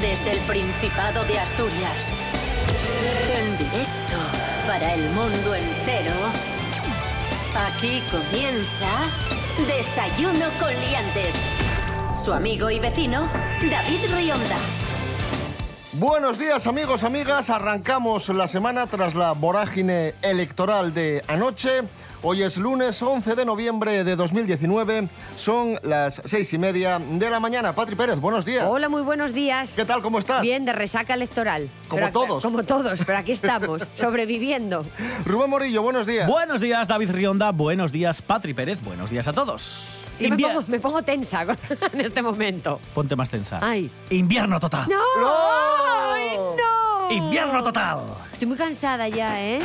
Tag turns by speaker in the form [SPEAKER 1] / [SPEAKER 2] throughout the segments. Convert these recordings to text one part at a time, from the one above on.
[SPEAKER 1] Desde el Principado de Asturias. En directo para el mundo entero. Aquí comienza Desayuno con Liantes. Su amigo y vecino, David Rionda.
[SPEAKER 2] Buenos días amigos, amigas. Arrancamos la semana tras la vorágine electoral de anoche. Hoy es lunes 11 de noviembre de 2019. Son las seis y media de la mañana. Patri Pérez, buenos días.
[SPEAKER 3] Hola, muy buenos días.
[SPEAKER 2] ¿Qué tal? ¿Cómo estás?
[SPEAKER 3] Bien, de resaca electoral.
[SPEAKER 2] Como
[SPEAKER 3] Pero-
[SPEAKER 2] todos.
[SPEAKER 3] Como todos, pero aquí estamos, sobreviviendo.
[SPEAKER 2] Rubén Morillo, buenos días.
[SPEAKER 4] Buenos días, David Rionda. Buenos días, Patri Pérez. Buenos días a todos.
[SPEAKER 3] Yo me
[SPEAKER 4] Invier-
[SPEAKER 3] pongo, me pongo tensa en este momento.
[SPEAKER 4] Ponte más tensa.
[SPEAKER 3] Ay.
[SPEAKER 4] Invierno total.
[SPEAKER 3] ¡No!
[SPEAKER 2] ¡No!
[SPEAKER 3] ¡Ay, no!
[SPEAKER 4] Invierno total.
[SPEAKER 3] Estoy muy cansada ya, ¿eh?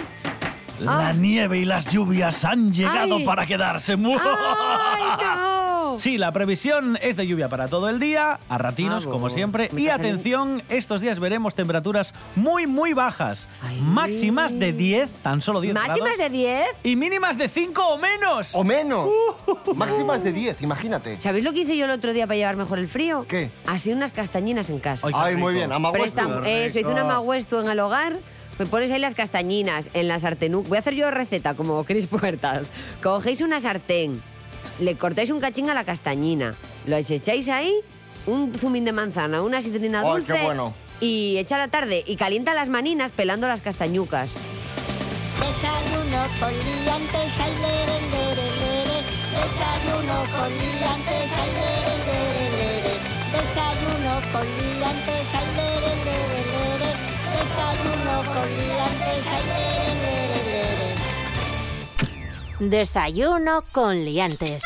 [SPEAKER 4] La nieve y las lluvias han llegado
[SPEAKER 3] Ah. Ay.
[SPEAKER 4] para quedarse. Mu-
[SPEAKER 3] ¡Ay, no!
[SPEAKER 4] Sí, la previsión es de lluvia para todo el día, a ratinos,
[SPEAKER 3] Ah,
[SPEAKER 4] como
[SPEAKER 3] bueno.
[SPEAKER 4] siempre.
[SPEAKER 3] Me
[SPEAKER 4] Y
[SPEAKER 3] parece bien.
[SPEAKER 4] atención, estos días veremos temperaturas muy, muy bajas.
[SPEAKER 3] Ay.
[SPEAKER 4] Máximas de 10, tan solo 10
[SPEAKER 3] ¿Máximas
[SPEAKER 4] grados,
[SPEAKER 3] de 10?
[SPEAKER 4] Y mínimas de 5 o menos. Uh.
[SPEAKER 2] O menos. Máximas de 10, imagínate.
[SPEAKER 3] ¿Sabéis lo que hice yo el otro día para llevar mejor el frío?
[SPEAKER 2] ¿Qué?
[SPEAKER 3] Así unas castañinas en casa.
[SPEAKER 4] Ay, qué
[SPEAKER 2] Ay, muy
[SPEAKER 4] rico.
[SPEAKER 2] bien. Amaguastu.
[SPEAKER 3] Presta- eso, eh, hice una magüesto en el hogar. Me pones ahí las castañinas en la sartén. Voy a hacer yo receta, como Cris Puertas. Cogéis una sartén, le cortáis un cachín a la castañina, lo echáis ahí, un zumín de manzana, una citrina
[SPEAKER 2] Ay,
[SPEAKER 3] dulce...
[SPEAKER 2] Oh, qué bueno.
[SPEAKER 3] Y echa la tarde y calienta las maninas pelando las castañucas.
[SPEAKER 5] Desayuno con liantes, ay, lere, lere, lere. Desayuno con liantes, ay, lere, lere, lere. Desayuno con liantes, ay, lere, lere, lere. Desayuno con liantes, ay, lere, lere, lere.
[SPEAKER 1] Desayuno con Liantes.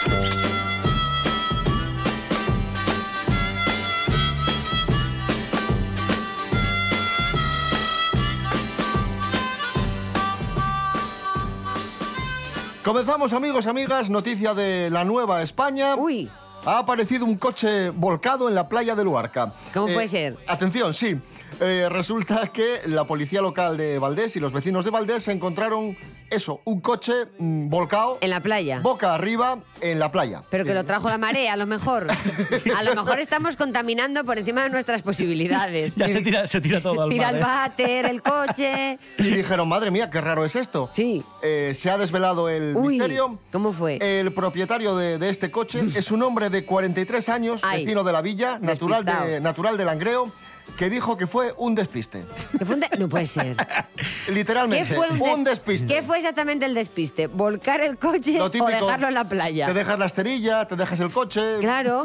[SPEAKER 2] Comenzamos amigos, amigas. Noticia de la Nueva España.
[SPEAKER 3] Uy,
[SPEAKER 2] Ha aparecido un coche volcado en la playa de Luarca. Eh,
[SPEAKER 3] ¿Cómo puede ser?
[SPEAKER 2] Atención, sí. Eh, resulta que la policía local de Valdés y los vecinos de Valdés encontraron eso, un coche mm, volcado
[SPEAKER 3] en la playa.
[SPEAKER 2] boca arriba en la playa.
[SPEAKER 3] Pero que lo trajo la marea, a lo mejor. A lo mejor estamos contaminando por encima de nuestras posibilidades.
[SPEAKER 4] Ya se tira, se tira todo al
[SPEAKER 3] Tira
[SPEAKER 4] mar,
[SPEAKER 3] el
[SPEAKER 4] ¿eh?
[SPEAKER 3] váter, el coche.
[SPEAKER 2] Y dijeron, madre mía, qué raro es esto.
[SPEAKER 3] Sí.
[SPEAKER 2] Eh, se ha desvelado el
[SPEAKER 3] Uy,
[SPEAKER 2] misterio.
[SPEAKER 3] ¿cómo fue?
[SPEAKER 2] El propietario de, de este coche es un hombre de 43 años,
[SPEAKER 3] Ay,
[SPEAKER 2] vecino de la villa, natural de,
[SPEAKER 3] despistado.
[SPEAKER 2] natural de Langreo, que dijo que fue un despiste.
[SPEAKER 3] ¿Qué fue un de- No puede ser. ¿Qué
[SPEAKER 2] Literalmente,
[SPEAKER 3] fue, un des-
[SPEAKER 2] despiste.
[SPEAKER 3] ¿Qué fue exactamente el despiste? ¿Volcar el coche
[SPEAKER 2] Lo típico,
[SPEAKER 3] o dejarlo en la playa?
[SPEAKER 2] Te dejas la esterilla, te dejas el coche.
[SPEAKER 3] Claro,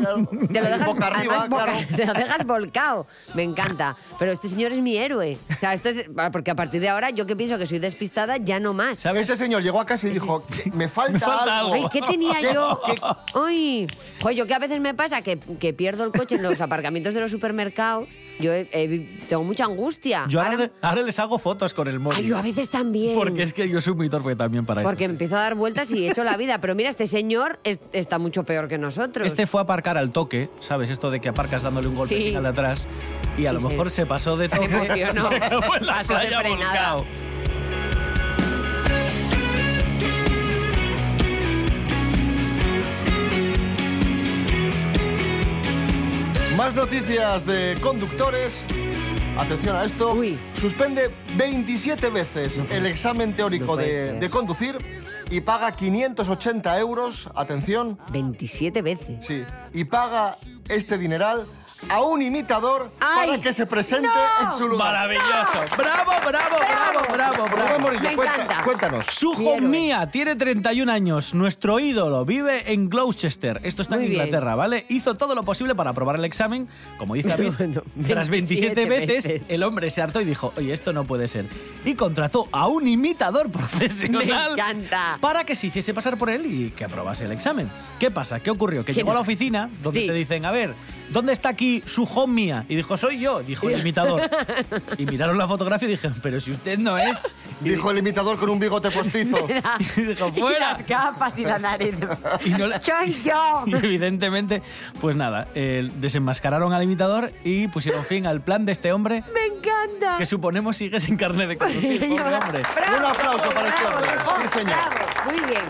[SPEAKER 3] te lo
[SPEAKER 2] ahí
[SPEAKER 3] dejas
[SPEAKER 2] boca arriba,
[SPEAKER 3] además, boca-
[SPEAKER 2] claro.
[SPEAKER 3] te lo dejas volcado. Me encanta. Pero este señor es mi héroe. O sea, esto es- ah, porque a partir de ahora yo que pienso que soy despistada ya no más.
[SPEAKER 4] ¿Sabes?
[SPEAKER 2] Este señor llegó a casa y dijo, me falta,
[SPEAKER 4] Me falta algo.
[SPEAKER 3] Ay, ¿qué tenía
[SPEAKER 2] ¿Qué-
[SPEAKER 3] yo?
[SPEAKER 2] qué-
[SPEAKER 3] Ay, joder, yo que a veces me pasa que, que pierdo el coche en los aparcamientos de los supermercados. Yo he- he vi- tengo mucha angustia.
[SPEAKER 4] Yo ahora,
[SPEAKER 3] Ah, Ahora-
[SPEAKER 4] le- ahora les hago fotos con el móvil.
[SPEAKER 3] Ay, yo a veces también.
[SPEAKER 4] Porque es que yo soy muy torpe también para
[SPEAKER 3] Porque
[SPEAKER 4] eso.
[SPEAKER 3] empiezo a dar vueltas y hecho la vida. Pero mira, este señor es- está mucho peor que nosotros.
[SPEAKER 4] Este fue a aparcar al toque, ¿sabes? Esto de que aparcas dándole un golpe
[SPEAKER 3] Sí.
[SPEAKER 4] final de atrás. Y a
[SPEAKER 3] Y
[SPEAKER 4] lo
[SPEAKER 3] se-
[SPEAKER 4] mejor se pasó de toque.
[SPEAKER 3] emocionó.
[SPEAKER 4] se acabó en la
[SPEAKER 3] Pasó de
[SPEAKER 4] playa
[SPEAKER 3] frenada.
[SPEAKER 4] volcao.
[SPEAKER 2] Más noticias de conductores. Atención a esto.
[SPEAKER 3] Uy.
[SPEAKER 2] Suspende 27 veces el examen teórico
[SPEAKER 3] no puede
[SPEAKER 2] de,
[SPEAKER 3] ser.
[SPEAKER 2] de conducir y paga 580 euros. Atención.
[SPEAKER 3] 27 veces.
[SPEAKER 2] Sí. Y paga este dineral a un imitador
[SPEAKER 3] ¡Ay!
[SPEAKER 2] para que se presente
[SPEAKER 3] ¡No!
[SPEAKER 2] en su lugar.
[SPEAKER 4] Maravilloso. Bravo, bravo, bravo, bravo,
[SPEAKER 2] Rubén
[SPEAKER 4] bravo.
[SPEAKER 2] Morillo,
[SPEAKER 3] Me
[SPEAKER 2] cuenta-
[SPEAKER 3] encanta.
[SPEAKER 2] cuéntanos.
[SPEAKER 3] Mi
[SPEAKER 4] Sujo
[SPEAKER 3] héroe.
[SPEAKER 4] Mía tiene 31 años, nuestro ídolo, vive en Gloucester. Esto está
[SPEAKER 3] Muy
[SPEAKER 4] en
[SPEAKER 3] bien.
[SPEAKER 4] Inglaterra, ¿vale? Hizo todo lo posible para aprobar el examen, como dice David.
[SPEAKER 3] Bueno,
[SPEAKER 4] Tras 27 veces,
[SPEAKER 3] veces.
[SPEAKER 4] el hombre se hartó y dijo, oye, esto no puede ser. Y contrató a un imitador profesional
[SPEAKER 3] Me encanta.
[SPEAKER 4] para que se hiciese pasar por él y que aprobase el examen. ¿Qué pasa? ¿Qué ocurrió? Que
[SPEAKER 3] ¿Qué
[SPEAKER 4] llegó a la
[SPEAKER 3] no?
[SPEAKER 4] oficina donde
[SPEAKER 3] Sí.
[SPEAKER 4] te dicen, a ver, ¿dónde está aquí su Mía? Y dijo, soy yo, dijo el imitador. y miraron la fotografía y dijeron, pero si usted no es... Y
[SPEAKER 2] Dijo el imitador con un bigote postizo.
[SPEAKER 4] y dijo, fuera.
[SPEAKER 3] Y las gafas y la nariz.
[SPEAKER 4] Y no le-
[SPEAKER 3] ¡Soy yo!
[SPEAKER 4] Y evidentemente, pues nada, eh, desenmascararon al imitador y pusieron fin al plan de este hombre
[SPEAKER 3] ¡Me encanta!
[SPEAKER 4] que suponemos sigue sin carne de conducir, pobre hombre.
[SPEAKER 3] Bravo,
[SPEAKER 2] Un aplauso para este
[SPEAKER 3] bravo,
[SPEAKER 2] hombre.
[SPEAKER 3] bravo,
[SPEAKER 2] Sí, señor.
[SPEAKER 3] bravo. Muy bien.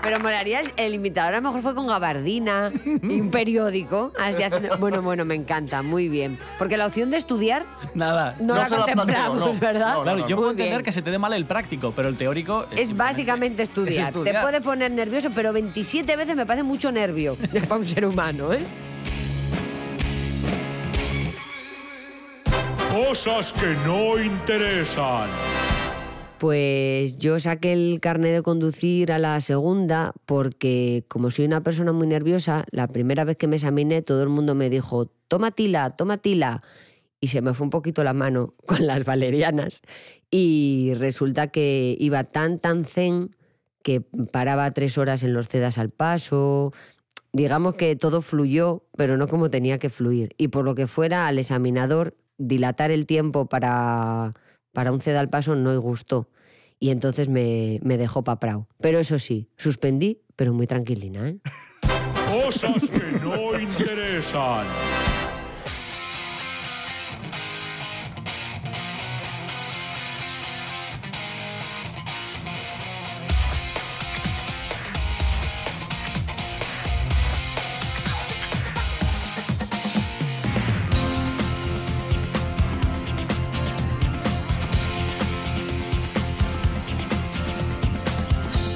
[SPEAKER 3] Pero molaría el invitador. A lo mejor fue con gabardina y un periódico. Así haciendo- Bueno, bueno, me encanta. Muy bien. Porque la opción de estudiar
[SPEAKER 4] Nada.
[SPEAKER 3] no,
[SPEAKER 2] No
[SPEAKER 3] la
[SPEAKER 2] se la planteo,
[SPEAKER 3] contemplamos,
[SPEAKER 2] no.
[SPEAKER 3] ¿verdad?
[SPEAKER 2] No,
[SPEAKER 4] Claro, yo puedo
[SPEAKER 3] Muy bien.
[SPEAKER 4] entender que se te dé mal el práctico, pero el teórico...
[SPEAKER 3] Es básicamente estudiar.
[SPEAKER 4] es estudiar.
[SPEAKER 3] Te puede poner nervioso, pero 27 veces me parece mucho nervio para un ser humano, ¿eh?
[SPEAKER 6] Cosas que no interesan.
[SPEAKER 3] Pues yo saqué el carnet de conducir a la segunda porque como soy una persona muy nerviosa, la primera vez que me examiné todo el mundo me dijo, toma tila, toma tila. Y se me fue un poquito la mano con las valerianas. Y resulta que iba tan, tan zen que paraba tres horas en los cedas al paso. Digamos que todo fluyó, pero no como tenía que fluir. Y por lo que fuera al examinador, dilatar el tiempo para, para un ceda al paso no le gustó. Y entonces me, me dejó paprao. Pero eso sí, suspendí, pero muy tranquilina. ¿eh?
[SPEAKER 6] Cosas que no interesan.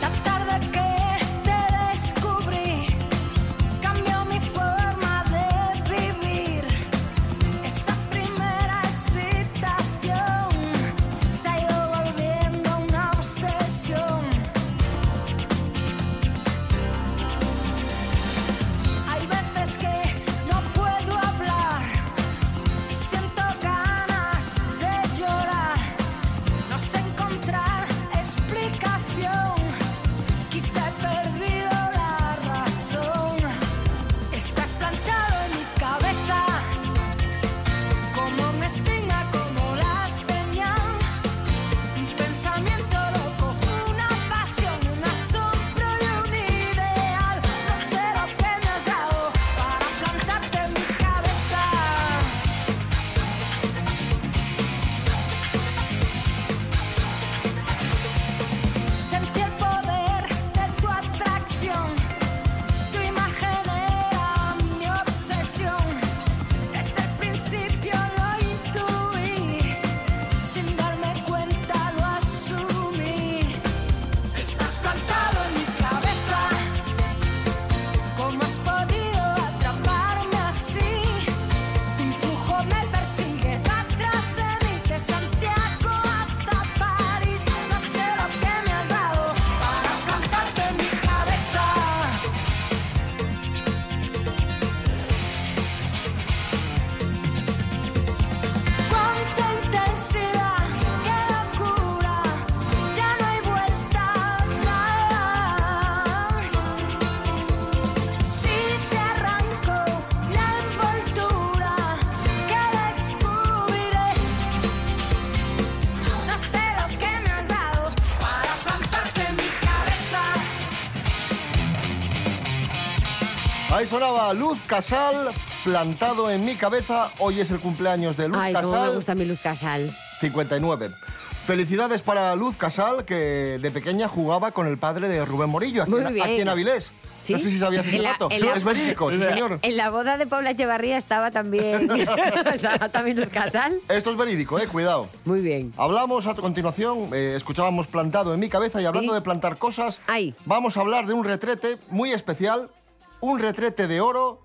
[SPEAKER 7] La tarde que te descubrí cambió mi forma de vivir. Esa primera excitación se ha ido volviendo una obsesión. Hay veces que no puedo hablar y siento ganas de llorar. No sé encontrar explicación, quizá he perdido la razón. Estás plantado en mi cabeza, como una espina, como la señal. Un pensamiento loco, una pasión, un asombro y un ideal. No sé lo que me has dado para plantarte en mi cabeza. Sentí el poder de tu atracción, tu imagen era mi obsesión. Desde el principio lo intuí, sin darme cuenta lo asumí. Estás plantado en mi cabeza, ¿cómo has podido atraparme así? Tu influjo me persigue atrás de mí, de Santiago hasta París. No sé lo que me has dado para plantarte en mi cabeza. Cuánta intensidad, qué locura, ya no hay vuelta atrás. Si te arranco la envoltura que descubriré, no sé lo que me has dado para plantarte en mi cabeza.
[SPEAKER 2] Ahí sonaba Luz Casal, plantado en mi cabeza. Hoy es el cumpleaños de Luz
[SPEAKER 3] Ay,
[SPEAKER 2] Casal.
[SPEAKER 3] cómo me gusta mi Luz Casal.
[SPEAKER 2] 59. Felicidades para Luz Casal, que de pequeña jugaba con el padre de Rubén Morillo, aquí,
[SPEAKER 3] Muy
[SPEAKER 2] en,
[SPEAKER 3] bien.
[SPEAKER 2] aquí en Avilés.
[SPEAKER 3] ¿Sí?
[SPEAKER 2] No sé si sabías ese
[SPEAKER 3] En la-
[SPEAKER 2] dato.
[SPEAKER 3] en la-
[SPEAKER 2] Es verídico, sí, señor.
[SPEAKER 3] En la boda de Paula Echevarría estaba también, estaba también Luz Casal.
[SPEAKER 2] Esto es verídico, eh, cuidado.
[SPEAKER 3] Muy bien.
[SPEAKER 2] Hablamos a continuación, eh, escuchábamos plantado en mi cabeza y hablando
[SPEAKER 3] Sí.
[SPEAKER 2] de plantar cosas,
[SPEAKER 3] Ay.
[SPEAKER 2] vamos a hablar de un retrete muy especial, un retrete de oro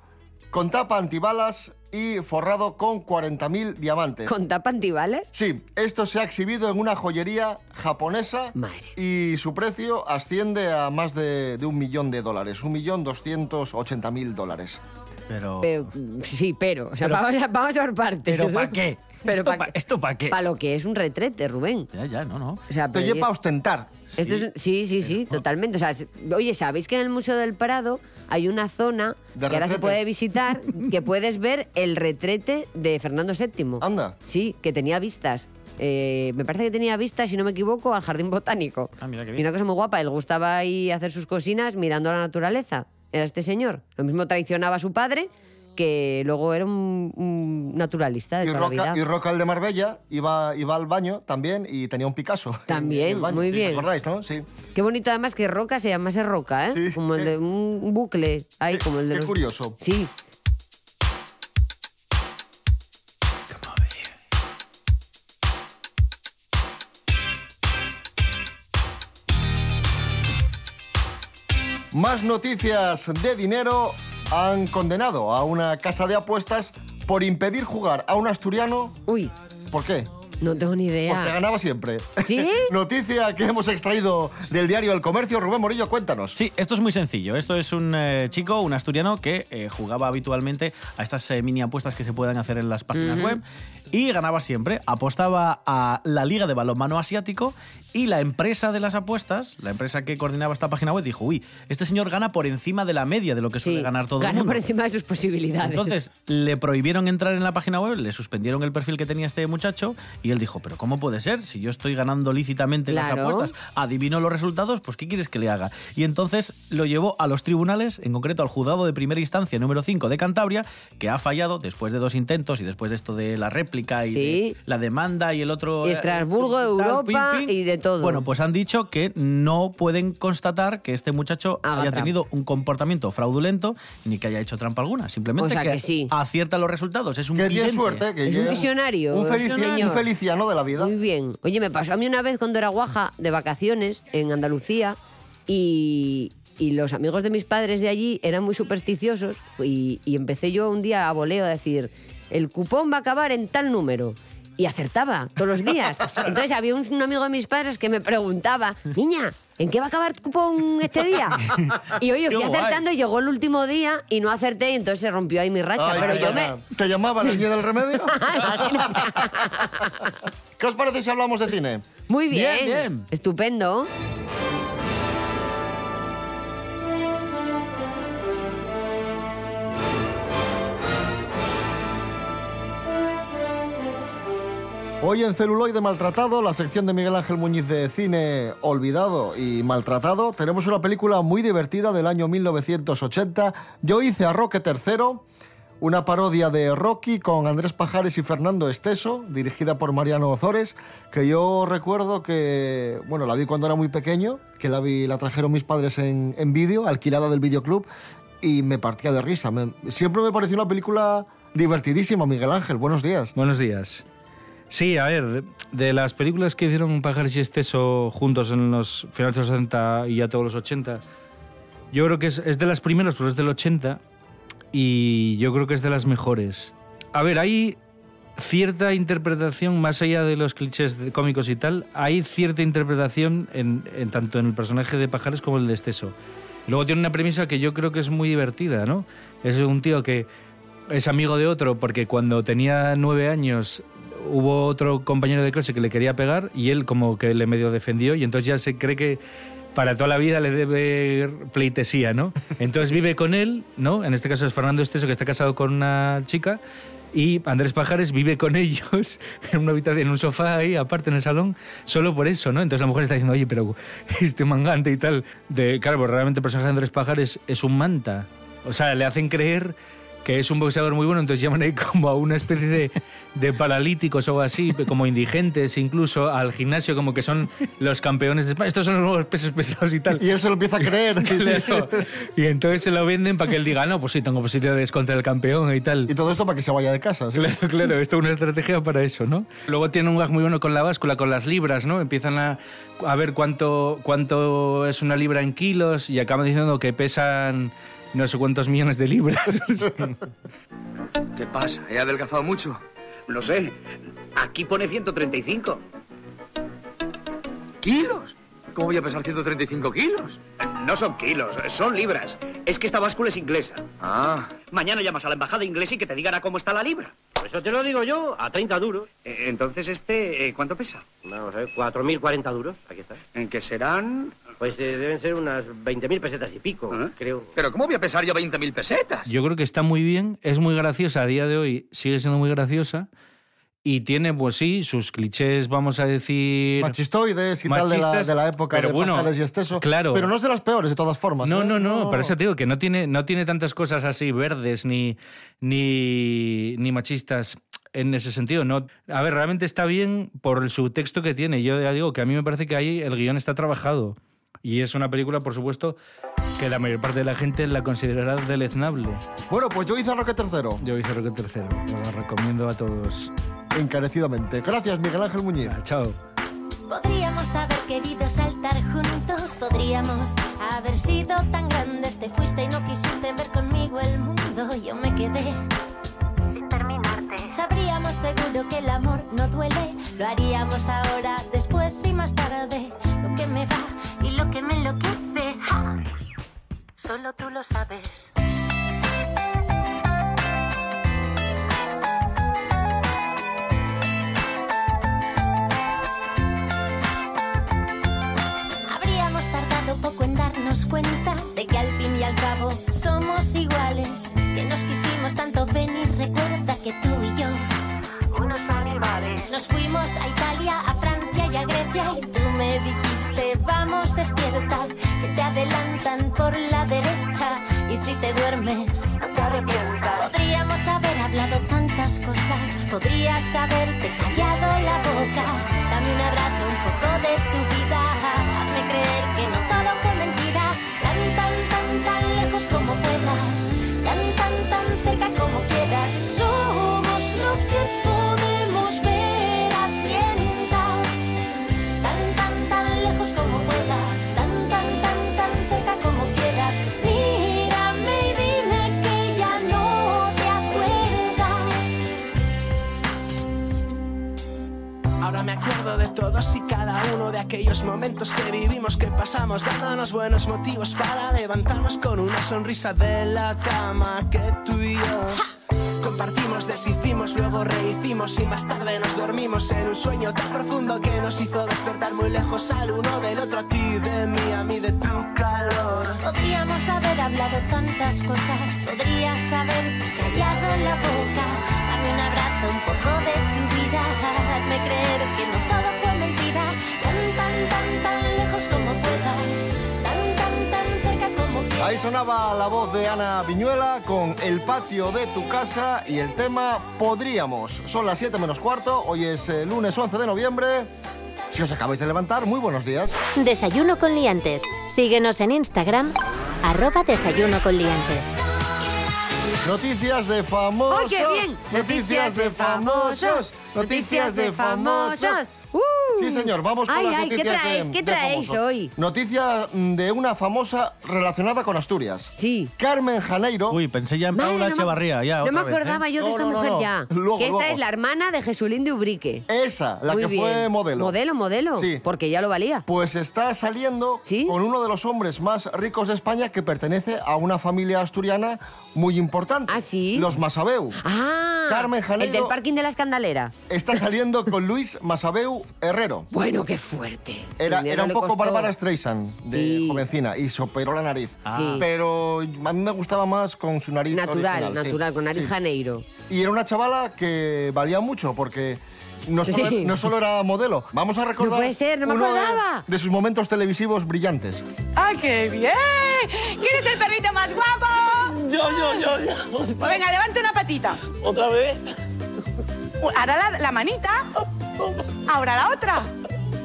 [SPEAKER 2] con tapa antibalas y forrado con 40.000 diamantes.
[SPEAKER 3] ¿Con tapa antibales?
[SPEAKER 2] Sí, esto se ha exhibido en una joyería japonesa
[SPEAKER 3] Madre.
[SPEAKER 2] y su precio asciende a más de, de un millón de dólares, un millón doscientos ochenta mil dólares.
[SPEAKER 4] Pero...
[SPEAKER 3] Pero, sí, pero. O sea,
[SPEAKER 4] Pero-
[SPEAKER 3] vamos, a, vamos a por partes.
[SPEAKER 4] pero ¿pa' qué?
[SPEAKER 3] Pero
[SPEAKER 4] ¿Esto
[SPEAKER 3] pa'
[SPEAKER 4] pa-
[SPEAKER 3] qué?
[SPEAKER 4] esto pa' qué?
[SPEAKER 3] Pa' lo que es un retrete, Rubén.
[SPEAKER 4] Ya, ya, no, no.
[SPEAKER 3] O sea,
[SPEAKER 2] Esto
[SPEAKER 3] pero
[SPEAKER 2] lleva a ostentar.
[SPEAKER 3] Esto es un- sí, sí, sí, totalmente. O sea, es- oye, ¿sabéis que en el Museo del Prado hay una zona que
[SPEAKER 2] De
[SPEAKER 3] ahora se
[SPEAKER 2] retretes.
[SPEAKER 3] puede visitar que puedes ver el retrete de Fernando VII?
[SPEAKER 2] Anda.
[SPEAKER 3] Sí, que tenía vistas. Eh, me parece que tenía vistas, si no me equivoco, al jardín botánico.
[SPEAKER 4] Ah, mira qué
[SPEAKER 3] Y
[SPEAKER 4] bien.
[SPEAKER 3] una cosa muy guapa, él gustaba ahí hacer sus cocinas mirando la naturaleza. Era este señor. Lo mismo traicionaba a su padre, que luego era un, un naturalista de
[SPEAKER 2] Y
[SPEAKER 3] toda la
[SPEAKER 2] Roca,
[SPEAKER 3] vida.
[SPEAKER 2] y Roca, el de Marbella, iba, iba al baño también y tenía un Picasso. en-
[SPEAKER 3] También,
[SPEAKER 2] en el baño.
[SPEAKER 3] muy
[SPEAKER 2] ¿Os
[SPEAKER 3] bien.
[SPEAKER 2] acordáis, no? Sí.
[SPEAKER 3] Qué bonito además que Roca se llamase Roca, ¿eh?
[SPEAKER 2] Sí.
[SPEAKER 3] Como el de un bucle ahí,
[SPEAKER 2] Qué-
[SPEAKER 3] como el de
[SPEAKER 2] qué
[SPEAKER 3] los-
[SPEAKER 2] curioso.
[SPEAKER 3] Sí.
[SPEAKER 2] Más noticias de dinero han condenado a una casa de apuestas por impedir jugar a un asturiano.
[SPEAKER 3] Uy,
[SPEAKER 2] ¿Por qué?
[SPEAKER 3] no tengo ni
[SPEAKER 2] Porque
[SPEAKER 3] idea.
[SPEAKER 2] ganaba siempre.
[SPEAKER 3] ¿Sí?
[SPEAKER 2] Noticia que hemos extraído del diario El Comercio. Rubén Morillo, cuéntanos.
[SPEAKER 4] Sí, esto es muy sencillo. Esto es un eh, chico, un asturiano, que eh, jugaba habitualmente a estas eh, mini apuestas que se pueden hacer en las páginas web y ganaba siempre. Apostaba a la Liga de Balonmano Asiático y la empresa de las apuestas, la empresa que coordinaba esta página web, dijo, uy, este señor gana por encima de la media de lo que suele
[SPEAKER 3] Sí,
[SPEAKER 4] ganar todo el
[SPEAKER 3] gana
[SPEAKER 4] mundo.
[SPEAKER 3] por encima de sus posibilidades.
[SPEAKER 4] Entonces le prohibieron entrar en la página web, le suspendieron el perfil que tenía este muchacho y él dijo, pero ¿cómo puede ser? Si yo estoy ganando lícitamente las
[SPEAKER 3] Claro.
[SPEAKER 4] apuestas, adivino los resultados, pues ¿qué quieres que le haga? Y entonces lo llevó a los tribunales, en concreto al juzgado de primera instancia número 5 de Cantabria, que ha fallado después de dos intentos y después de esto de la réplica y
[SPEAKER 3] Sí.
[SPEAKER 4] de la demanda y el otro...
[SPEAKER 3] Y
[SPEAKER 4] eh,
[SPEAKER 3] Estrasburgo, Europa y de todo.
[SPEAKER 4] Bueno, pues han dicho que no pueden constatar que este muchacho
[SPEAKER 3] Haga
[SPEAKER 4] haya
[SPEAKER 3] trampa.
[SPEAKER 4] tenido un comportamiento fraudulento ni que haya hecho trampa alguna. Simplemente
[SPEAKER 3] O sea que sí.
[SPEAKER 4] acierta los resultados. Es un
[SPEAKER 2] Que tiene
[SPEAKER 4] vidente.
[SPEAKER 2] suerte. Que
[SPEAKER 3] Es un
[SPEAKER 2] llega-
[SPEAKER 3] visionario,
[SPEAKER 2] Un, felici-
[SPEAKER 3] señor.
[SPEAKER 2] un feliciano de la vida.
[SPEAKER 3] Muy bien. Oye, me pasó a mí una vez cuando era guaja de vacaciones en Andalucía y, y los amigos de mis padres de allí eran muy supersticiosos y, y empecé yo un día a voleo a decir, el cupón va a acabar en tal número. Y acertaba todos los días. Entonces había un, un amigo de mis padres que me preguntaba, niña, ¿en qué va a acabar tu cupón este día? Y oye,
[SPEAKER 4] Qué
[SPEAKER 3] fui
[SPEAKER 4] guay.
[SPEAKER 3] acertando y llegó el último día y no acerté y entonces se rompió ahí mi racha.
[SPEAKER 2] Ay,
[SPEAKER 3] pero
[SPEAKER 2] qué
[SPEAKER 3] yo me...
[SPEAKER 2] pena. ¿Te llamaba la niña del remedio?
[SPEAKER 3] Imagínate.
[SPEAKER 2] ¿Qué os parece si hablamos de cine?
[SPEAKER 3] Muy bien.
[SPEAKER 4] Bien, bien.
[SPEAKER 3] Estupendo.
[SPEAKER 2] Hoy en Celuloide Maltratado, la sección de Miguel Ángel Muñiz de cine olvidado y maltratado, tenemos una película muy divertida del año 1980. Yo hice a Roque III, una parodia de Rocky con Andrés Pajares y Fernando Esteso, dirigida por Mariano Ozores, que yo recuerdo que, bueno, la vi cuando era muy pequeño, que la vi, la trajeron mis padres en, en vídeo, alquilada del videoclub, y me partía de risa. Me- siempre me pareció una película divertidísima, Miguel Ángel. Buenos días.
[SPEAKER 8] Buenos días. Sí, a ver, de las películas que hicieron Pajares y Esteso juntos en los finales de los 70 y ya todos los 80, yo creo que es, es de las primeras, pero es del 80 y yo creo que es de las mejores. A ver, hay cierta interpretación, más allá de los clichés de- cómicos y tal, hay cierta interpretación en, en tanto en el personaje de Pajares como el de Esteso. Luego tiene una premisa que yo creo que es muy divertida, ¿no? Es un tío que es amigo de otro porque cuando tenía nueve años hubo otro compañero de clase que le quería pegar y él como que le medio defendió y entonces ya se cree que para toda la vida le debe pleitesía, ¿no? Entonces vive con él, ¿no? En este caso es Fernando Esteso que está casado con una chica y Andrés Pajares vive con ellos en una habitación, en un sofá ahí, aparte en el salón, solo por eso, ¿no? Entonces la mujer está diciendo, oye, pero este mangante y tal. De, claro, pues realmente el personaje de Andrés Pajares es un manta. O sea, le hacen creer que es un boxeador muy bueno, entonces llaman ahí como a una especie de, de paralíticos o algo así, como indigentes incluso, al gimnasio, como que son los campeones de España. Estos son los nuevos pesos pesados y tal.
[SPEAKER 2] Y él se lo empieza a creer. Sí, sí, sí.
[SPEAKER 8] Y entonces se lo venden para que él diga, no, pues sí, tengo posibilidades contra el campeón y tal.
[SPEAKER 2] Y todo esto para que se vaya de casa. ¿sí?
[SPEAKER 8] Claro, claro, esto es una estrategia para eso, ¿no? Luego tiene un gag muy bueno con la báscula, con las libras, ¿no? Empiezan a, a ver cuánto, cuánto es una libra en kilos y acaban diciendo que pesan no sé cuántos millones de libras.
[SPEAKER 9] ¿Qué pasa? ¿He adelgazado mucho? No sé. Aquí pone 135. ¿Kilos? ¿Cómo voy a pesar 135 kilos? No son kilos, son libras. Es que esta báscula es inglesa. Ah. Mañana llamas a la embajada inglesa y que te digan a cómo está la libra. Eso te lo digo yo, a 30 duros. Entonces este, eh, ¿cuánto pesa?
[SPEAKER 10] Vamos a ver, 4.040 duros, aquí está.
[SPEAKER 9] ¿En qué serán?
[SPEAKER 10] Pues eh, deben ser unas 20.000 pesetas y pico,
[SPEAKER 9] ¿Ah?
[SPEAKER 10] creo.
[SPEAKER 9] Pero ¿cómo voy a pesar yo 20.000 pesetas?
[SPEAKER 8] Yo creo que está muy bien, es muy graciosa a día de hoy, sigue siendo muy graciosa. y tiene, pues sí, sus clichés, vamos a decir...
[SPEAKER 2] Machistoides y tal de la,
[SPEAKER 8] machistas,
[SPEAKER 2] de la época
[SPEAKER 8] pero
[SPEAKER 2] de
[SPEAKER 8] bueno,
[SPEAKER 2] Pajares y Esteso.
[SPEAKER 8] claro.
[SPEAKER 2] Pero no es de las peores, de todas formas.
[SPEAKER 8] No,
[SPEAKER 2] ¿eh?
[SPEAKER 8] no, no, por eso te digo que no tiene, no tiene tantas cosas así verdes ni, ni, ni machistas en ese sentido. No, a ver, realmente está bien por el subtexto que tiene. Yo ya digo que a mí me parece que ahí el guión está trabajado. Y es una película, por supuesto, que la mayor parte de la gente la considerará deleznable.
[SPEAKER 2] Bueno, pues yo hice a Roque III,
[SPEAKER 8] Yo hice Roque III, os la recomiendo a todos.
[SPEAKER 2] encarecidamente. Gracias, Miguel Ángel Muñiz.
[SPEAKER 8] Ah, Chao.
[SPEAKER 7] Podríamos haber querido saltar juntos, podríamos haber sido tan grandes. Te fuiste y no quisiste ver conmigo el mundo, yo me quedé sin terminarte. Sabríamos seguro que el amor no duele, lo haríamos ahora, después y más tarde. Lo que me va y lo que me enloquece, ¡ja! solo tú lo sabes. Habríamos tardado poco en darnos cuenta de que al fin y al cabo somos iguales, que nos quisimos tanto venir. Recuerda que tú y yo, unos animales, nos fuimos a Italia, a Francia y a Grecia y tú me dijiste, vamos despierta, que te adelantan por la derecha y si te duermes, no te arrepientas. Podríamos haber hablado tantas cosas, podrías haberte callado la boca. Dame un abrazo, un poco de tu vida, hazme creer que no todo fue mentira. Tan, tan, tan, tan lejos como puedas, tan, tan, tan cerca como quieras. Somos lo que podemos ver a tientas. Tan, tan, tan lejos como puedas, tan, tan, tan, tan cerca como quieras. Mírame y dime que ya no te acuerdas.
[SPEAKER 11] Ahora me acuerdo de todos y cada uno de aquellos momentos que vivimos, que pasamos, dándonos buenos motivos para levantarnos con una sonrisa de la cama que tú y yo compartimos, deshicimos, luego rehicimos y más tarde nos dormimos en un sueño tan profundo que nos hizo despertar muy lejos al uno del otro, a ti de mí, a mí de tu calor.
[SPEAKER 7] Podríamos haber hablado tantas cosas, podrías haber callado la boca. Dame un abrazo, un poco de tu vida, hazme creer que no todo fue mentira. Tan, tan, tan, tan lejos como puedas, tan, tan, tan cerca como quieras.
[SPEAKER 2] Ahí sonaba la voz de Ana Viñuela con El patio de tu casa y el tema Podríamos. Son las 7 menos cuarto, hoy es eh, lunes 11 de noviembre. Si os acabáis de levantar, muy buenos días.
[SPEAKER 1] Desayuno con liantes. Síguenos en Instagram, arroba desayuno con liantes.
[SPEAKER 2] Noticias de famosos.
[SPEAKER 3] ¡Ay, qué bien!
[SPEAKER 2] Noticias de famosos. Noticias de famosos.
[SPEAKER 3] ¡Uh!
[SPEAKER 2] Sí, señor, vamos con
[SPEAKER 3] ay,
[SPEAKER 2] las
[SPEAKER 3] ay, ¿qué
[SPEAKER 2] noticias de-
[SPEAKER 3] traéis? ¿Qué
[SPEAKER 2] de
[SPEAKER 3] traéis
[SPEAKER 2] famosos.
[SPEAKER 3] hoy?
[SPEAKER 2] Noticia mm, de una famosa relacionada con Asturias.
[SPEAKER 3] Sí.
[SPEAKER 2] Carmen Janeiro.
[SPEAKER 4] Uy, pensé ya en
[SPEAKER 3] Madre,
[SPEAKER 4] Paula
[SPEAKER 3] no me-
[SPEAKER 4] Echevarría. Ya,
[SPEAKER 3] no me
[SPEAKER 4] otra vez, ¿eh?
[SPEAKER 3] acordaba yo de
[SPEAKER 2] No,
[SPEAKER 3] esta
[SPEAKER 2] no, no,
[SPEAKER 3] mujer
[SPEAKER 2] no.
[SPEAKER 3] ya.
[SPEAKER 2] Luego,
[SPEAKER 3] que esta
[SPEAKER 2] luego.
[SPEAKER 3] es la hermana de Jesulín de Ubrique.
[SPEAKER 2] Esa, la
[SPEAKER 3] Muy
[SPEAKER 2] que
[SPEAKER 3] bien.
[SPEAKER 2] fue modelo.
[SPEAKER 3] Modelo, modelo.
[SPEAKER 2] Sí.
[SPEAKER 3] Porque ya lo valía.
[SPEAKER 2] Pues está saliendo
[SPEAKER 3] ¿Sí?
[SPEAKER 2] con uno de los hombres más ricos de España que pertenece a una familia asturiana muy importante.
[SPEAKER 3] ¿Ah, sí?
[SPEAKER 2] Los Masabeu.
[SPEAKER 3] Ah,
[SPEAKER 2] Carmen
[SPEAKER 3] el
[SPEAKER 2] Janeiro-
[SPEAKER 3] del parking de la escandalera.
[SPEAKER 2] Está saliendo con Luis Masabeu Herrero.
[SPEAKER 3] Bueno, qué fuerte.
[SPEAKER 2] Era,
[SPEAKER 3] Primero
[SPEAKER 2] era un
[SPEAKER 3] le
[SPEAKER 2] poco
[SPEAKER 3] costó.
[SPEAKER 2] Bárbara Streisand de
[SPEAKER 3] Sí.
[SPEAKER 2] jovencina y se operó la nariz.
[SPEAKER 3] Sí.
[SPEAKER 2] Pero a mí me gustaba más con su nariz
[SPEAKER 3] Natural,
[SPEAKER 2] original, sí.
[SPEAKER 3] natural, con nariz
[SPEAKER 2] Sí.
[SPEAKER 3] Janeiro.
[SPEAKER 2] Y era una chavala que valía mucho porque no solo,
[SPEAKER 3] Sí.
[SPEAKER 2] no solo era modelo. Vamos a recordar
[SPEAKER 3] puede ser, no me
[SPEAKER 2] uno de-
[SPEAKER 3] acordaba.
[SPEAKER 2] de sus momentos televisivos brillantes.
[SPEAKER 11] ¡Ay, qué bien! ¿Quién es el perrito más guapo? Yo, yo, yo, yo. venga, levanta una patita. ¿Otra vez? Ahora la, la manita. Ahora la otra.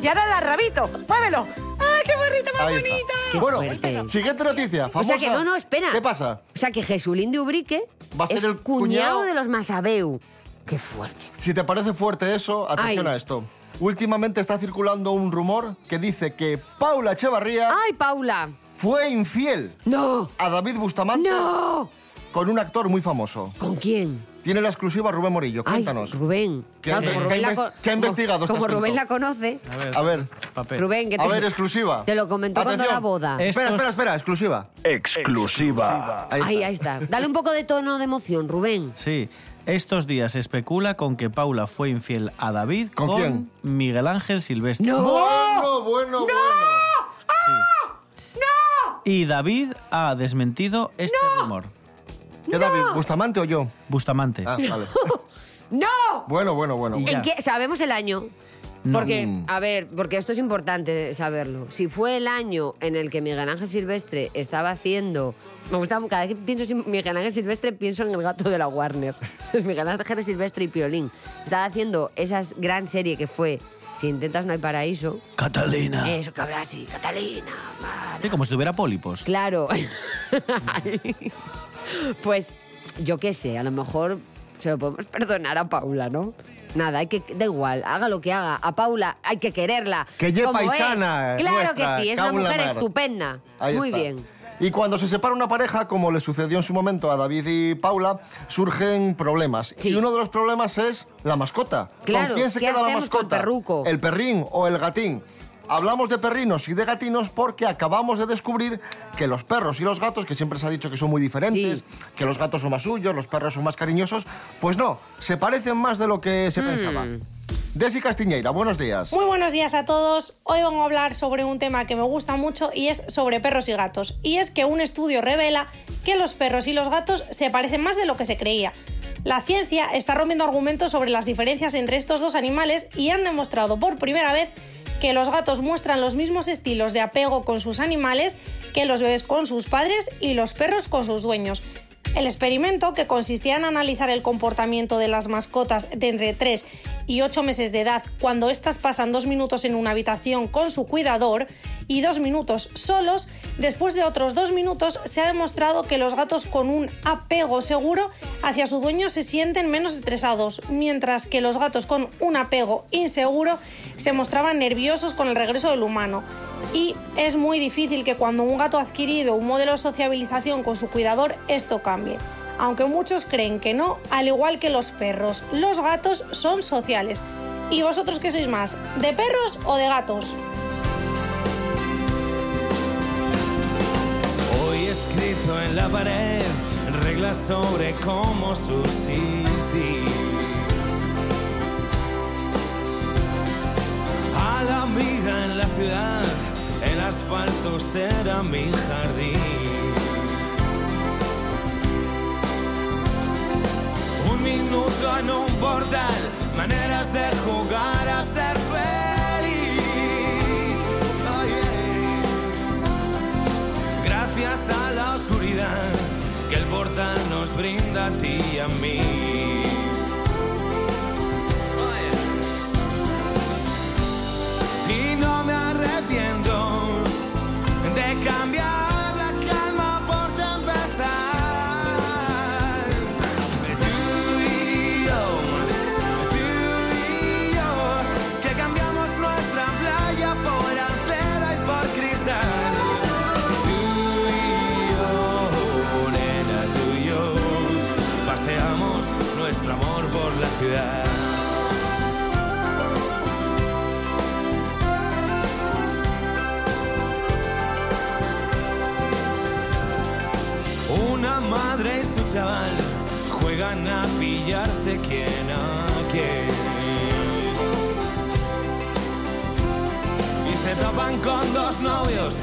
[SPEAKER 11] Y ahora la rabito. Muévelo. ¡Ay, qué perrito más
[SPEAKER 2] Ahí está.
[SPEAKER 11] bonito!
[SPEAKER 3] Qué
[SPEAKER 2] bueno,
[SPEAKER 3] fuerte.
[SPEAKER 2] siguiente noticia, famosa.
[SPEAKER 3] O sea que no, no, espera.
[SPEAKER 2] ¿Qué pasa?
[SPEAKER 3] O sea que Jesulín de Ubrique
[SPEAKER 2] Va a ser
[SPEAKER 3] es
[SPEAKER 2] el
[SPEAKER 3] cuñado,
[SPEAKER 2] cuñado-
[SPEAKER 3] de los Masabeu. Qué fuerte.
[SPEAKER 2] Si te parece fuerte eso, atención
[SPEAKER 3] Ay.
[SPEAKER 2] a esto. Últimamente está circulando un rumor que dice que Paula Echevarría
[SPEAKER 3] ¡Ay, Paula!
[SPEAKER 2] fue infiel
[SPEAKER 3] ¡No!
[SPEAKER 2] a David Bustamante
[SPEAKER 3] ¡No!
[SPEAKER 2] con un actor muy famoso.
[SPEAKER 3] ¿Con quién?
[SPEAKER 2] Tiene la exclusiva Rubén Morillo.
[SPEAKER 3] Ay,
[SPEAKER 2] Cuéntanos.
[SPEAKER 3] Rubén.
[SPEAKER 2] ¿Qué
[SPEAKER 3] Claro,
[SPEAKER 2] ha-
[SPEAKER 3] como
[SPEAKER 2] qué
[SPEAKER 3] Rubén la
[SPEAKER 2] inves-
[SPEAKER 3] co-
[SPEAKER 2] qué ha
[SPEAKER 3] como-
[SPEAKER 2] investigado este
[SPEAKER 3] Como Rubén
[SPEAKER 2] asunto?
[SPEAKER 3] la conoce.
[SPEAKER 4] A ver,
[SPEAKER 2] A ver,
[SPEAKER 4] papel.
[SPEAKER 3] Rubén, que te...
[SPEAKER 2] a ver, exclusiva.
[SPEAKER 3] Te lo Eh, comentó cuando
[SPEAKER 2] Atención.
[SPEAKER 3] la boda.
[SPEAKER 4] Eh,
[SPEAKER 2] Espera,
[SPEAKER 4] Estos-
[SPEAKER 2] espera, espera, exclusiva.
[SPEAKER 6] Exclusiva.
[SPEAKER 2] Ahí
[SPEAKER 3] Ahí,
[SPEAKER 2] está.
[SPEAKER 3] ahí está. Dale un poco de tono de emoción, Rubén.
[SPEAKER 4] Sí. Estos días se especula con que Paula fue infiel a David
[SPEAKER 2] ¿Con quién?
[SPEAKER 4] Miguel Ángel Silvestre.
[SPEAKER 2] Bueno, bueno, bueno.
[SPEAKER 4] Sí. Y David ha desmentido este rumor.
[SPEAKER 2] ¿Qué David? ¿Bustamante o yo?
[SPEAKER 4] Bustamante.
[SPEAKER 2] Ah, vale.
[SPEAKER 3] ¡No!
[SPEAKER 2] Bueno, bueno, bueno.
[SPEAKER 3] ¿En
[SPEAKER 2] bueno.
[SPEAKER 3] qué? ¿Sabemos el año?
[SPEAKER 2] No.
[SPEAKER 3] Porque,
[SPEAKER 2] Mm.
[SPEAKER 3] a ver, porque esto es importante saberlo. Si fue el año en el que Miguel Ángel Silvestre estaba haciendo... Me gusta, cada vez que pienso en Miguel Ángel Silvestre, pienso en el gato de la Warner. Miguel Ángel Silvestre y Piolín. Estaba haciendo esa gran serie que fue Si intentas no hay paraíso.
[SPEAKER 4] Catalina.
[SPEAKER 3] Eso que habrá así, Catalina.
[SPEAKER 4] Sí, como si tuviera pólipos.
[SPEAKER 3] Claro. pues yo qué sé, a lo mejor se lo podemos perdonar a Paula, ¿no? Nada, hay que, da igual, haga lo que haga. A Paula hay que quererla.
[SPEAKER 2] Que ye
[SPEAKER 3] como es.
[SPEAKER 2] paisana,
[SPEAKER 3] Claro
[SPEAKER 2] nuestra,
[SPEAKER 3] que sí, es una
[SPEAKER 2] Paula
[SPEAKER 3] mujer
[SPEAKER 2] Mar.
[SPEAKER 3] estupenda.
[SPEAKER 2] Ahí
[SPEAKER 3] Muy
[SPEAKER 2] está.
[SPEAKER 3] bien.
[SPEAKER 2] Y cuando se separa una pareja, como le sucedió en su momento a David y Paula, surgen problemas. Y uno de los problemas es la mascota.
[SPEAKER 3] Claro,
[SPEAKER 2] ¿Con quién se
[SPEAKER 3] ¿qué
[SPEAKER 2] queda la
[SPEAKER 3] hacemos con
[SPEAKER 2] mascota?
[SPEAKER 3] Perruco?
[SPEAKER 2] El perrín o el gatín. Hablamos de perrinos y de gatinos porque acabamos de descubrir que los perros y los gatos, que siempre se ha dicho que son muy diferentes, que los gatos son más suyos, los perros son más cariñosos, pues no, se parecen más de lo que
[SPEAKER 3] Hmm.
[SPEAKER 2] se pensaba. Desi Castiñeira, buenos días.
[SPEAKER 12] Muy buenos días a todos. Hoy vamos a hablar sobre un tema que me gusta mucho y es sobre perros y gatos. Y es que un estudio revela que los perros y los gatos se parecen más de lo que se creía. La ciencia está rompiendo argumentos sobre las diferencias entre estos dos animales y han demostrado por primera vez que los gatos muestran los mismos estilos de apego con sus animales que los bebés con sus padres y los perros con sus dueños. El experimento, que consistía en analizar el comportamiento de las mascotas de entre 3 y 8 meses de edad cuando éstas pasan dos minutos en una habitación con su cuidador y dos minutos solos, después de otros dos minutos se ha demostrado que los gatos con un apego seguro hacia su dueño se sienten menos estresados, mientras que los gatos con un apego inseguro se mostraban nerviosos con el regreso del humano. Y es muy difícil que cuando un gato ha adquirido un modelo de sociabilización con su cuidador esto cambie. Aunque muchos creen que no, al igual que los perros, los gatos son sociales. ¿Y vosotros qué sois más? ¿De perros o de gatos?
[SPEAKER 13] Hoy escrito en la pared reglas sobre cómo subsistir. A la vida en la ciudad, el asfalto será mi jardín. Un minuto en un portal, maneras de jugar a ser feliz. Oh, yeah. Gracias a la oscuridad que el portal nos brinda a ti y a mí. Oh, yeah. Y no me arrepiento de cambiar la calma por tempestad. Y yo, tú y yo, que cambiamos nuestra playa por acera y por cristal. Tú y yo, nena, tú y yo, paseamos nuestro amor por la ciudad. Una madre y su chaval juegan a pillarse quien a quién. Y se tapan con dos novios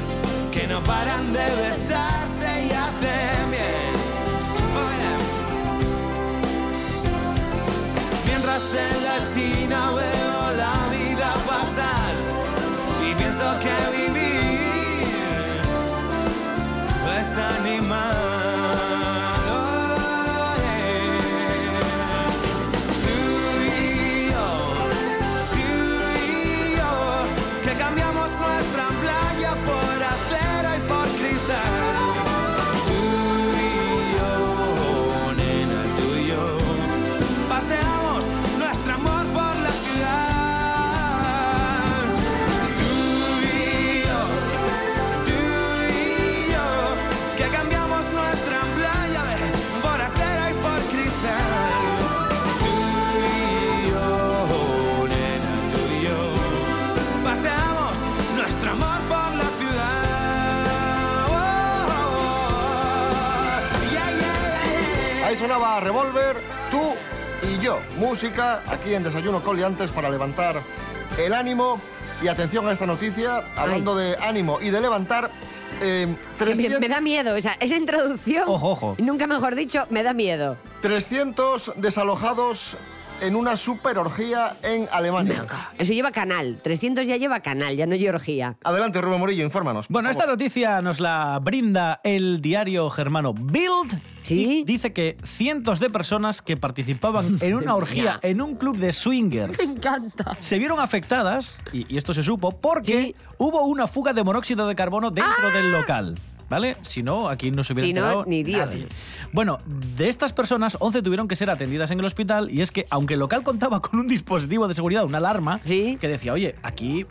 [SPEAKER 13] que no paran de besarse y hacen bien. Fuera. Mientras en la esquina veo la vida pasar y pienso que vivir es animal. Oh, yeah. Tú y yo, tú y yo, que cambiamos nuestra playa por acera y por cristal. Tú y yo, nena, tú y yo, paseamos nuestro amor por la ciudad. Tú y yo, tú y yo, que cambiamos nuestra playa eh, por acera y por cristal. Tú y yo, nena, tú y yo, paseamos nuestro amor por la ciudad. Oh, oh, oh. Yeah, yeah, yeah, yeah.
[SPEAKER 2] Ahí sonaba Revolver, tú y yo. Música aquí en Desayuno Coliantes para levantar el ánimo. Y atención a esta noticia, hablando de ánimo y de levantar. eh,
[SPEAKER 3] Me,
[SPEAKER 2] 300,
[SPEAKER 3] me da miedo, esa, esa introducción.
[SPEAKER 2] Ojo, ojo.
[SPEAKER 3] Nunca mejor dicho, me da miedo.
[SPEAKER 2] 300 desalojados en una super orgía en Alemania.
[SPEAKER 3] Eso lleva canal. 300 ya lleva canal, ya no Georgía.
[SPEAKER 2] Adelante, Rubén Morillo, infórmanos.
[SPEAKER 4] Bueno, esta noticia nos la brinda el diario germano Bild. Y dice que cientos de personas que participaban en una orgía en un club de swingers
[SPEAKER 3] Me encanta.
[SPEAKER 4] se vieron afectadas, y, y esto se supo, porque hubo una fuga de monóxido de carbono dentro del local. ¿Vale? Si no, aquí no se hubiera
[SPEAKER 3] ¡Ah! Si no,
[SPEAKER 4] enterado
[SPEAKER 3] ni Dios.
[SPEAKER 4] nadie. Bueno, de estas personas, 11 tuvieron que ser atendidas en el hospital y es que, aunque el local contaba con un dispositivo de seguridad, una alarma, que decía, oye, aquí,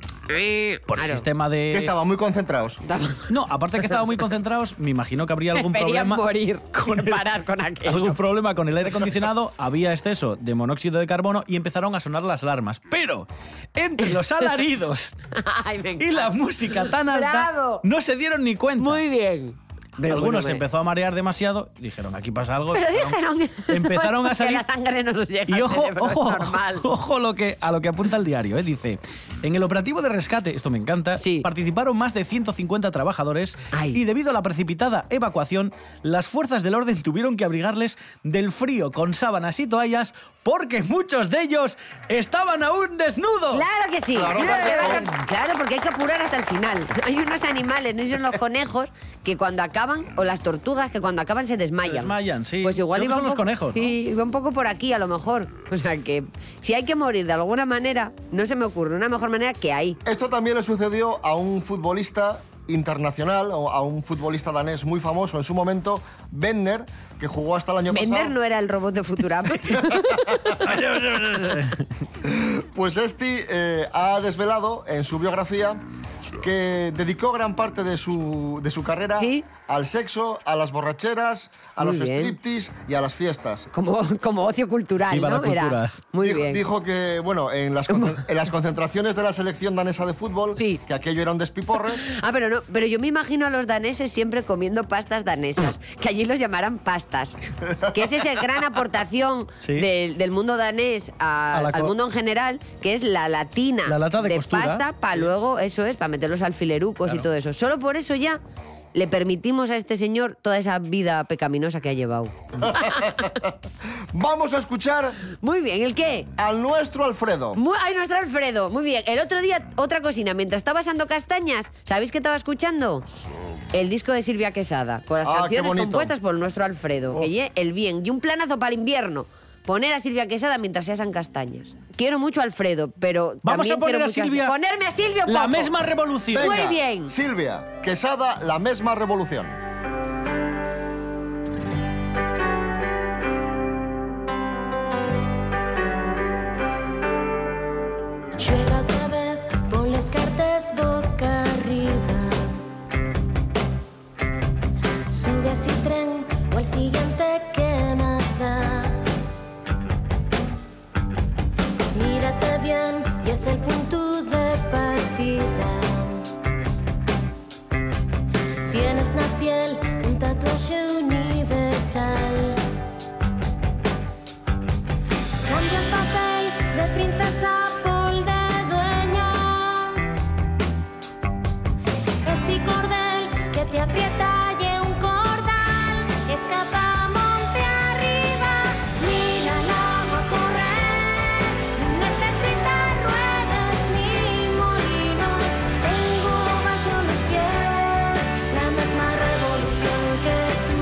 [SPEAKER 4] por el sistema de...
[SPEAKER 2] Que estaban muy concentrados.
[SPEAKER 4] No, aparte de que estaban muy concentrados, me imagino que habría algún
[SPEAKER 3] Preferían
[SPEAKER 4] problema...
[SPEAKER 3] morir
[SPEAKER 4] con el-
[SPEAKER 3] parar con aquello.
[SPEAKER 4] Algún problema con el aire acondicionado, había exceso de monóxido de carbono y empezaron a sonar las alarmas. Pero, entre los alaridos
[SPEAKER 3] Ay, me
[SPEAKER 4] y la música tan alta,
[SPEAKER 3] Bravo.
[SPEAKER 4] no se dieron ni cuenta. Muy
[SPEAKER 3] bien.
[SPEAKER 4] Algunos
[SPEAKER 3] bueno,
[SPEAKER 4] se
[SPEAKER 3] me-
[SPEAKER 4] empezó a marear demasiado, dijeron, aquí pasa algo.
[SPEAKER 3] Pero
[SPEAKER 4] empezaron-
[SPEAKER 3] dijeron que
[SPEAKER 4] empezaron a
[SPEAKER 3] que
[SPEAKER 4] salir-
[SPEAKER 3] la sangre no nos llega.
[SPEAKER 4] y
[SPEAKER 3] al
[SPEAKER 4] ojo,
[SPEAKER 3] cerebro, es
[SPEAKER 4] ojo,
[SPEAKER 3] normal.
[SPEAKER 4] ojo lo que, a lo que apunta el diario. ¿eh? Dice, en el operativo de rescate, esto me encanta, participaron más de 150 trabajadores y debido a la precipitada evacuación, las fuerzas del orden tuvieron que abrigarles del frío con sábanas y toallas porque muchos de ellos estaban aún desnudos.
[SPEAKER 3] Claro que sí.
[SPEAKER 4] Claro,
[SPEAKER 3] Porque
[SPEAKER 4] Bien.
[SPEAKER 3] vas a- claro, porque hay que apurar hasta el final. Hay unos animales, no son los conejos, que cuando acaban, o las tortugas, que cuando acaban se desmayan.
[SPEAKER 4] desmayan, sí.
[SPEAKER 3] Pues igual
[SPEAKER 4] Creo que
[SPEAKER 3] iba
[SPEAKER 4] son
[SPEAKER 3] un
[SPEAKER 4] los
[SPEAKER 3] poco-
[SPEAKER 4] conejos, ¿no?
[SPEAKER 3] Sí, iba un poco por aquí, a lo mejor. O sea que si hay que morir de alguna manera, no se me ocurre una mejor manera que ahí.
[SPEAKER 2] Esto también le sucedió a un futbolista internacional, o a un futbolista danés muy famoso en su momento, Bender, que jugó hasta el año
[SPEAKER 3] Bender
[SPEAKER 2] pasado.
[SPEAKER 3] no era el robot de Futurama.
[SPEAKER 2] Pues este eh, ha desvelado en su biografía que dedicó gran parte de su, de su carrera al sexo, a las borracheras, a
[SPEAKER 3] Muy
[SPEAKER 2] los
[SPEAKER 3] bien.
[SPEAKER 2] stripteas y a las fiestas.
[SPEAKER 3] como, como ocio cultural,
[SPEAKER 2] Viva
[SPEAKER 3] ¿no?
[SPEAKER 2] la cultura.
[SPEAKER 3] Era. Muy
[SPEAKER 2] dijo,
[SPEAKER 3] bien.
[SPEAKER 2] dijo que, bueno, en las, concen- en las concentraciones de la selección danesa de fútbol, que aquello era un despiporre,
[SPEAKER 3] Ah, pero no, pero yo me imagino a los daneses siempre comiendo pastas danesas, que allí los llamarán pastas. Que esa es esa gran aportación
[SPEAKER 2] Sí.
[SPEAKER 3] del, del mundo danés a-
[SPEAKER 4] A la co-
[SPEAKER 3] al mundo en general, que es la latina
[SPEAKER 4] La lata de costura.
[SPEAKER 3] pasta para luego, eso es, para meter los alfilerucos y
[SPEAKER 4] Claro.
[SPEAKER 3] todo eso. Solo por eso ya le permitimos a este señor toda esa vida pecaminosa que ha llevado.
[SPEAKER 2] Vamos a escuchar.
[SPEAKER 3] Muy bien, ¿el qué?
[SPEAKER 2] Al nuestro Alfredo.
[SPEAKER 3] Muy, ay, nuestro Alfredo. Muy bien. El otro día, otra cocina. Mientras estaba asando castañas, ¿sabéis qué estaba escuchando? El disco de Silvia Quesada, con las
[SPEAKER 2] Ah, qué
[SPEAKER 3] canciones
[SPEAKER 2] bonito. Oh.
[SPEAKER 3] compuestas por nuestro Alfredo. Que lle el bien. Y un planazo para el invierno. Poner a Silvia Quesada mientras se asan castañas. Quiero mucho a Alfredo, pero
[SPEAKER 2] Vamos
[SPEAKER 3] también
[SPEAKER 2] a poner
[SPEAKER 3] quiero
[SPEAKER 2] a
[SPEAKER 3] mucho
[SPEAKER 2] Silvia-
[SPEAKER 3] Ponerme a Silvio
[SPEAKER 4] La
[SPEAKER 3] Poco.
[SPEAKER 4] misma revolución.
[SPEAKER 3] Muy
[SPEAKER 2] Venga,
[SPEAKER 3] bien.
[SPEAKER 2] Silvia, Quesada, la misma revolución.
[SPEAKER 7] Juega otra vez, pon las cartas boca arriba. Sube así tren o al siguiente que más da. Mírate bien y es el punto de partida. Tienes la piel, un tatuaje universal. Cambia el papel de princesa por de dueña. Ese cordel que te aprieta y un cordal. Escapa monte arriba, mira el agua correr. No necesita ruedas ni molinos. Tengo bajo los pies la misma revolución que tú.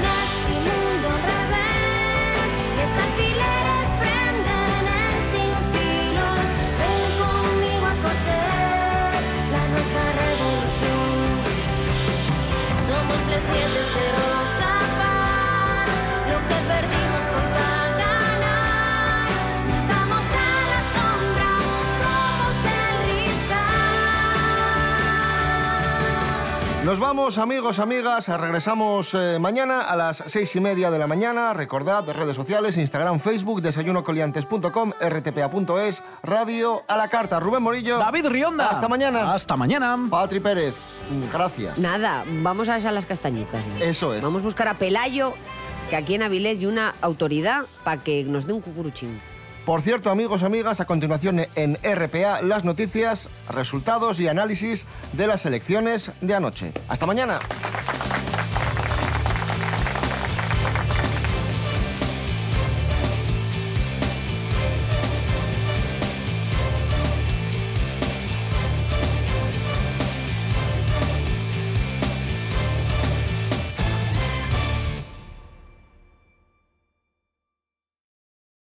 [SPEAKER 7] Nasty mundo al revés, los alfileres prenden en sin filos. Ven conmigo a coser la nuestra revolución. Somos las nieves de Rosa Paz, lo que perdimos por ganar. Vamos a la sombra, somos el risal.
[SPEAKER 2] Nos vamos, amigos, amigas. Regresamos eh, mañana a las seis y media de la mañana. Recordad, redes sociales, Instagram, Facebook, desayunocoliantes.com, rtpa.es, radio a la carta. Rubén Morillo. David Rionda. Hasta mañana.
[SPEAKER 4] Hasta mañana.
[SPEAKER 2] Patri Pérez, mm, gracias.
[SPEAKER 3] Nada, vamos a asar las castañitas. ¿no?
[SPEAKER 2] Eso es.
[SPEAKER 3] Vamos a buscar a Pelayo, que aquí en Avilés hay una autoridad para que nos dé un cucuruchín.
[SPEAKER 2] Por cierto, amigos, amigas, a continuación en RPA las noticias, resultados y análisis de las elecciones de anoche. Hasta mañana.